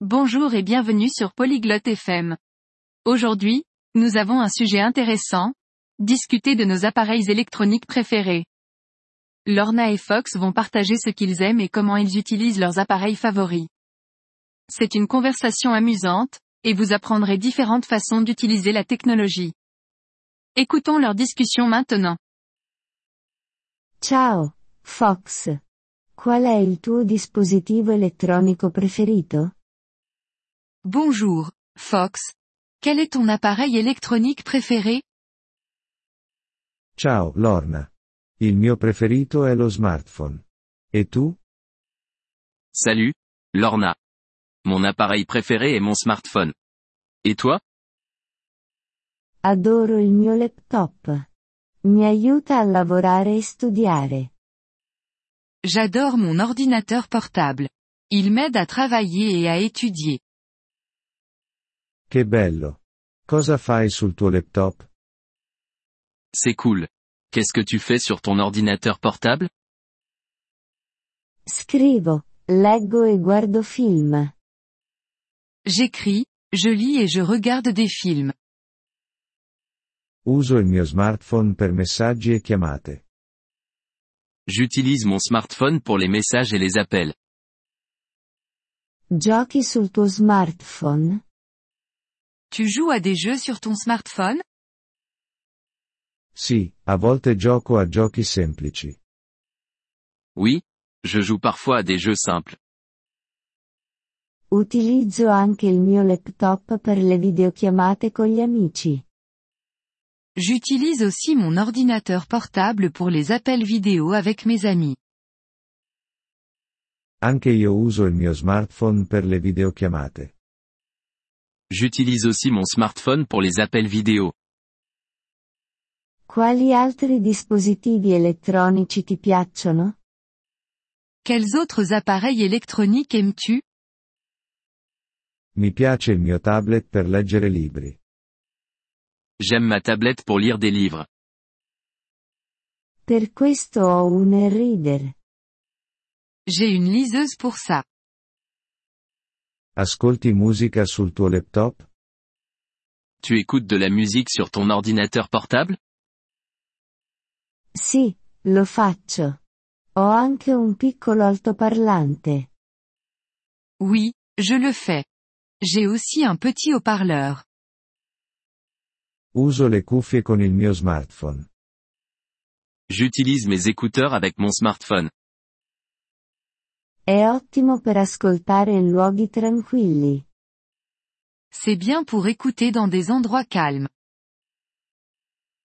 Bonjour et bienvenue sur Polyglotte FM. Aujourd'hui, nous avons un sujet intéressant, discuter de nos appareils électroniques préférés. Lorna et Fox vont partager ce qu'ils aiment et comment ils utilisent leurs appareils favoris. C'est une conversation amusante, et vous apprendrez différentes façons d'utiliser la technologie. Écoutons leur discussion maintenant. Ciao, Fox. Qual è il tuo dispositivo elettronico preferito? Bonjour, Fox. Quel est ton appareil électronique préféré Ciao Lorna. Il mio preferito è lo smartphone. E tu? Salut, Lorna. Mon appareil préféré est mon smartphone. Et toi Adoro il mio laptop. Mi aiuta a lavorare e studiare. J'adore mon ordinateur portable. Il m'aide à travailler et à étudier. Che bello. Cosa fai sul tuo laptop? C'est cool. Qu'est-ce que tu fais sur ton ordinateur portable Scrivo, leggo e guardo film. J'écris, je lis et je regarde des films. Uso il mio smartphone per messaggi e chiamate. J'utilise mon smartphone pour les messages et les appels. Giochi sul tuo smartphone? Tu joues à des jeux sur ton smartphone Sì, a volte gioco a giochi semplici. Oui, je joue parfois à des jeux simples. Utilizzo anche il mio laptop per le videochiamate con gli amici. J'utilise aussi mon ordinateur portable pour les appels vidéo avec mes amis. Anche io uso il mio smartphone per le videochiamate. J'utilise aussi mon smartphone pour les appels vidéo. Quali altri dispositivi elettronici ti piacciono? Quels autres appareils électroniques aimes-tu Mi piace il mio tablet per leggere libri. J'aime ma tablette pour lire des livres. Per questo ho un e-reader. J'ai une liseuse pour ça. Ascolti musica sul tuo laptop? Tu écoutes de la musique sur ton ordinateur portable Sì, lo faccio. Ho anche un piccolo altoparlante. Oui, je le fais. J'ai aussi un petit haut-parleur. Uso le cuffie con il mio smartphone. J'utilise mes écouteurs avec mon smartphone. È ottimo per ascoltare in luoghi tranquilli. C'est bien pour écouter dans des endroits calmes.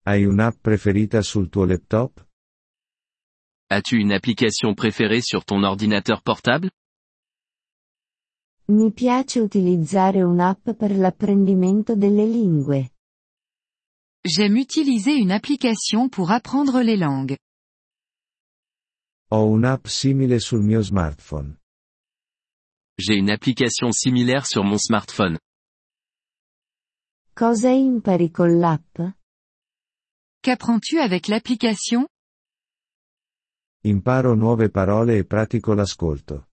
Hai un'app preferita sul tuo laptop? As-tu une application préférée sur ton ordinateur portable Mi piace utilizzare un'app per l'apprendimento delle lingue. J'aime utiliser une application pour apprendre les langues. Ho un'app simile sul mio smartphone. J'ai une application similaire sur mon smartphone. Cosa impari con l'app? Qu'apprends-tu avec l'application Imparo nuove parole e pratico l'ascolto.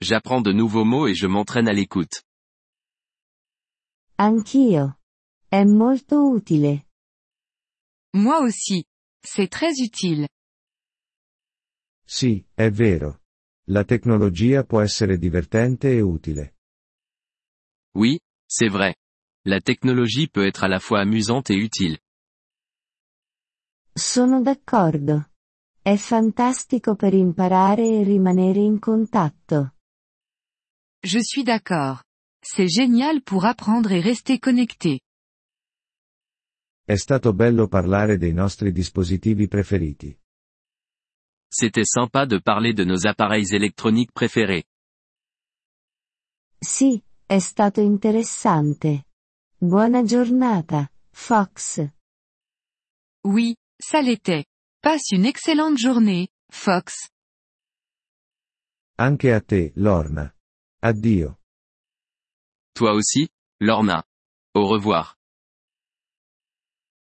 J'apprends de nouveaux mots et je m'entraîne à l'écoute. Anch'io. È molto utile. Moi aussi. C'est très utile. Sì, è vero. La tecnologia può essere divertente e utile. Oui, c'est vrai. La technologie peut être à la fois amusante et utile. Sono d'accordo. È fantastico per imparare e rimanere in contatto. Je suis d'accord. C'est génial pour apprendre et rester connecté. È stato bello parlare dei nostri dispositivi preferiti. C'était sympa de parler de nos appareils électroniques préférés. Sì, è stato interessante. Buona giornata, Fox. Oui, ça l'était. Passe une excellente journée, Fox. Anche a te, Lorna. Addio. Toi aussi, Lorna. Au revoir.